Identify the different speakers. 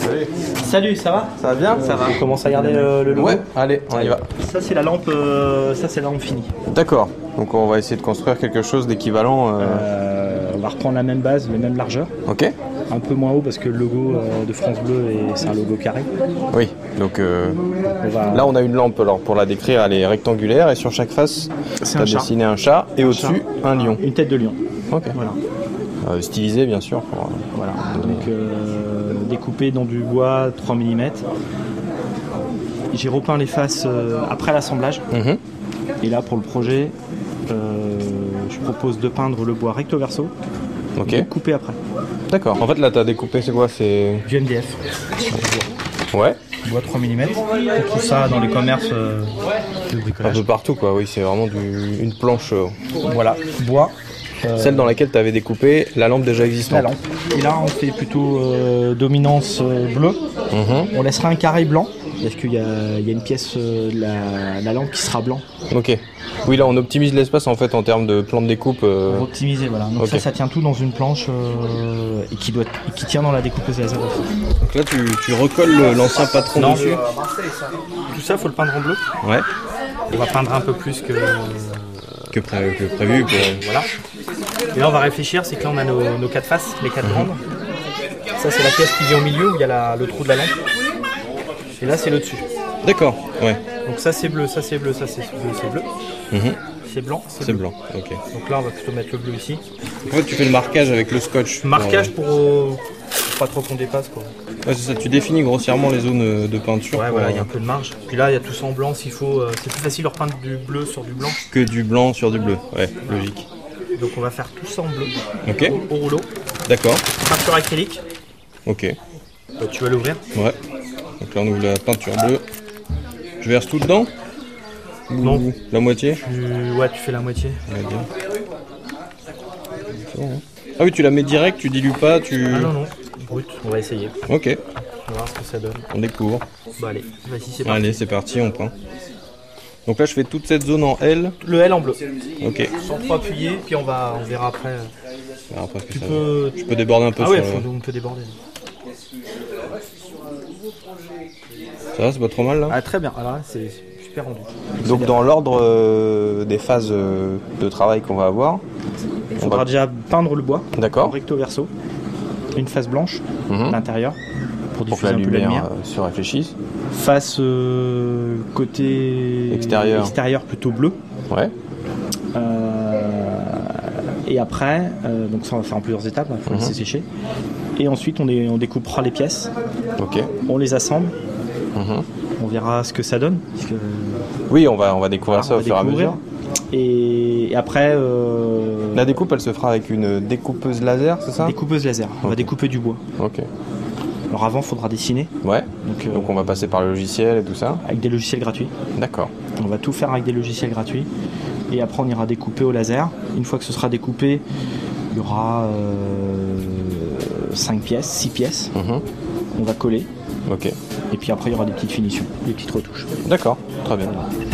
Speaker 1: Salut.
Speaker 2: Salut, ça va
Speaker 1: Ça va bien
Speaker 2: Ça va. Commence à regarder euh, le logo.
Speaker 1: Ouais, allez, on y va.
Speaker 2: Ça c'est la lampe, euh, ça c'est la lampe finie.
Speaker 1: D'accord. Donc on va essayer de construire quelque chose d'équivalent. euh,
Speaker 3: Euh, on va reprendre la même base, les mêmes largeurs,
Speaker 1: Ok
Speaker 3: un peu moins haut parce que le logo euh, de France Bleu est- c'est un logo carré.
Speaker 1: Oui. Donc euh,
Speaker 3: On va-
Speaker 1: là, on a une lampe. Alors pour la décrire, elle est rectangulaire et sur chaque face,
Speaker 3: C'est
Speaker 1: t'as
Speaker 3: un chat.
Speaker 1: dessiné un chat et au-dessus, un lion.
Speaker 3: une tête de lion.
Speaker 1: Ok.
Speaker 3: Voilà.
Speaker 1: Euh, stylisé, bien sûr. pour, euh,
Speaker 3: voilà. Donc euh, découpé dans du bois 3 mm. J'ai repeint les faces euh, après l'assemblage.
Speaker 1: Mhm.
Speaker 3: Et là pour le projet, euh, je propose de peindre le bois recto verso.
Speaker 1: Ok.
Speaker 3: et de couper après.
Speaker 1: D'accord. En fait, là, t'as découpé, c'est quoi C'est.
Speaker 3: Du MDF.
Speaker 1: Ouais.
Speaker 3: Bois 3 mm. On trouve ça dans les commerces euh, de
Speaker 1: Un
Speaker 3: bricolage.
Speaker 1: peu partout, quoi. Oui, c'est vraiment du- une planche. euh,
Speaker 3: Voilà, bois. euh,
Speaker 1: Celle dans laquelle t'avais découpé la lampe déjà existante.
Speaker 3: la lampe. Et là, on fait plutôt euh, dominance euh, bleue.
Speaker 1: Mhm.
Speaker 3: On laissera un carré blanc parce qu'il y, a il y a une pièce euh, de la, la lampe qui sera blanc.
Speaker 1: Ok. Oui, là, on optimise l'espace en fait en termes de plan de découpe. euh,
Speaker 3: Pour optimiser, voilà. Donc
Speaker 1: ok.
Speaker 3: ça, ça tient tout dans une planche euh, et qui doit et qui tient dans la découpeuse laser.
Speaker 1: Donc là, tu, tu recolles le- l'ancien patron dessus.
Speaker 3: Tout ça, faut le peindre en bleu.
Speaker 1: Ouais.
Speaker 3: On va peindre un peu plus que.
Speaker 1: Que, pré- que prévu. pour- euh,
Speaker 3: Voilà. Et là, on va réfléchir, c'est que là, on a nos, nos quatre faces, les quatre grandes. Ça, c'est la pièce qui vient au milieu où il y a la- le trou de la lampe. Et là, c'est le dessus.
Speaker 1: D'accord. Ouais.
Speaker 3: Donc ça, c'est bleu, ça, c'est bleu, ça, c'est bleu, c'est bleu.
Speaker 1: Mhm.
Speaker 3: C'est blanc, c'est
Speaker 1: C'est
Speaker 3: bleu.
Speaker 1: blanc. Ok.
Speaker 3: Donc là, on va plutôt mettre le bleu ici.
Speaker 1: En fait, tu fais le marquage avec le scotch. pour,
Speaker 3: Marquage pour, euh, pour pas trop qu'on dépasse, quoi.
Speaker 1: euh, Ouais, c'est ça. Tu définis grossièrement les zones euh, de peinture
Speaker 3: Ouais,
Speaker 1: pour,
Speaker 3: voilà, il y a un
Speaker 1: euh,
Speaker 3: peu de marge. Puis là, il y a tout ça en blanc s'il faut. euh, c'est plus facile de repeindre du bleu sur du blanc.
Speaker 1: que du blanc sur du bleu. Ouais. Logique.
Speaker 3: Donc on va faire tout ça en bleu.
Speaker 1: Ok.
Speaker 3: Au rouleau.
Speaker 1: D'accord.
Speaker 3: Peinture acrylique.
Speaker 1: Ok.
Speaker 3: Bah, tu vas l'ouvrir.
Speaker 1: Ouais. Donc là, on ouvre la peinture bleue. Je verse tout dedans Ou
Speaker 3: Non.
Speaker 1: La moitié
Speaker 3: Tu- Ouais, tu fais la moitié.
Speaker 1: Ouais, bien. C'est bon, hein. Ah oui, tu la mets direct, tu dilues pas, tu.
Speaker 3: Ah non, non. Brut. On va essayer.
Speaker 1: Ok,
Speaker 3: On va voir ce que ça donne.
Speaker 1: on découvre.
Speaker 3: Bah allez, vas-y, c'est parti.
Speaker 1: Allez, c'est parti, on peint. Donc là, je fais toute cette zone en L.
Speaker 3: Le L en bleu.
Speaker 1: Ok.
Speaker 3: Sans trop appuyer, puis on va, on verra après.
Speaker 1: Alors Après, ce que
Speaker 3: Tu
Speaker 1: ça
Speaker 3: peux.
Speaker 1: Je peux déborder un peu
Speaker 3: Ah
Speaker 1: sur
Speaker 3: ouais,
Speaker 1: le-
Speaker 3: faut- on peut déborder.
Speaker 1: Ça va, c'est pas trop mal là
Speaker 3: Ah très bien. Alors là, c'est super rendu.
Speaker 1: Ah, Donc, dans l'ordre euh, des phases euh, de travail qu'on va avoir.
Speaker 3: Il
Speaker 1: faudra
Speaker 3: faudra déjà peindre le bois.
Speaker 1: D'accord.
Speaker 3: recto verso, une face blanche,
Speaker 1: Mhm.
Speaker 3: l'intérieur, pour
Speaker 1: Pour
Speaker 3: diffuser
Speaker 1: que la
Speaker 3: un peu la lumière.
Speaker 1: lumière euh, se réfléchisse.
Speaker 3: Face euh, côté
Speaker 1: Extérieur.
Speaker 3: plutôt bleu.
Speaker 1: Ouais.
Speaker 3: Euh, et après, euh, donc ça on va faire en plusieurs étapes, il faut
Speaker 1: Mhm.
Speaker 3: laisser sécher. Et ensuite on, dé- on découpera les pièces,
Speaker 1: Ok.
Speaker 3: on les assemble,
Speaker 1: Mhm.
Speaker 3: on verra ce que ça donne. parce que,
Speaker 1: Oui, on va, on va découvrir
Speaker 3: voilà,
Speaker 1: ça
Speaker 3: Ah, on
Speaker 1: au
Speaker 3: va
Speaker 1: fur et à
Speaker 3: découvrir.
Speaker 1: mesure.
Speaker 3: Et, et après, euh,
Speaker 1: La découpe, elle se fera avec une découpeuse laser, c'est ça
Speaker 3: découpeuse laser, on va
Speaker 1: Ok.
Speaker 3: découper du bois.
Speaker 1: Ok.
Speaker 3: Alors avant, il faudra dessiner,
Speaker 1: Ouais.
Speaker 3: donc, euh,
Speaker 1: Donc, on va passer par le logiciel et tout ça.
Speaker 3: avec des logiciels gratuits.
Speaker 1: D'accord.
Speaker 3: On va tout faire avec des logiciels gratuits. Et après, on ira découper au laser. Une fois que ce sera découpé, il y aura 5 pièces, 6 pièces.
Speaker 1: Mhm.
Speaker 3: On va coller.
Speaker 1: Ok.
Speaker 3: Et puis après, il y aura des petites finitions, des petites retouches.
Speaker 1: D'accord. Très bien.
Speaker 3: Voilà.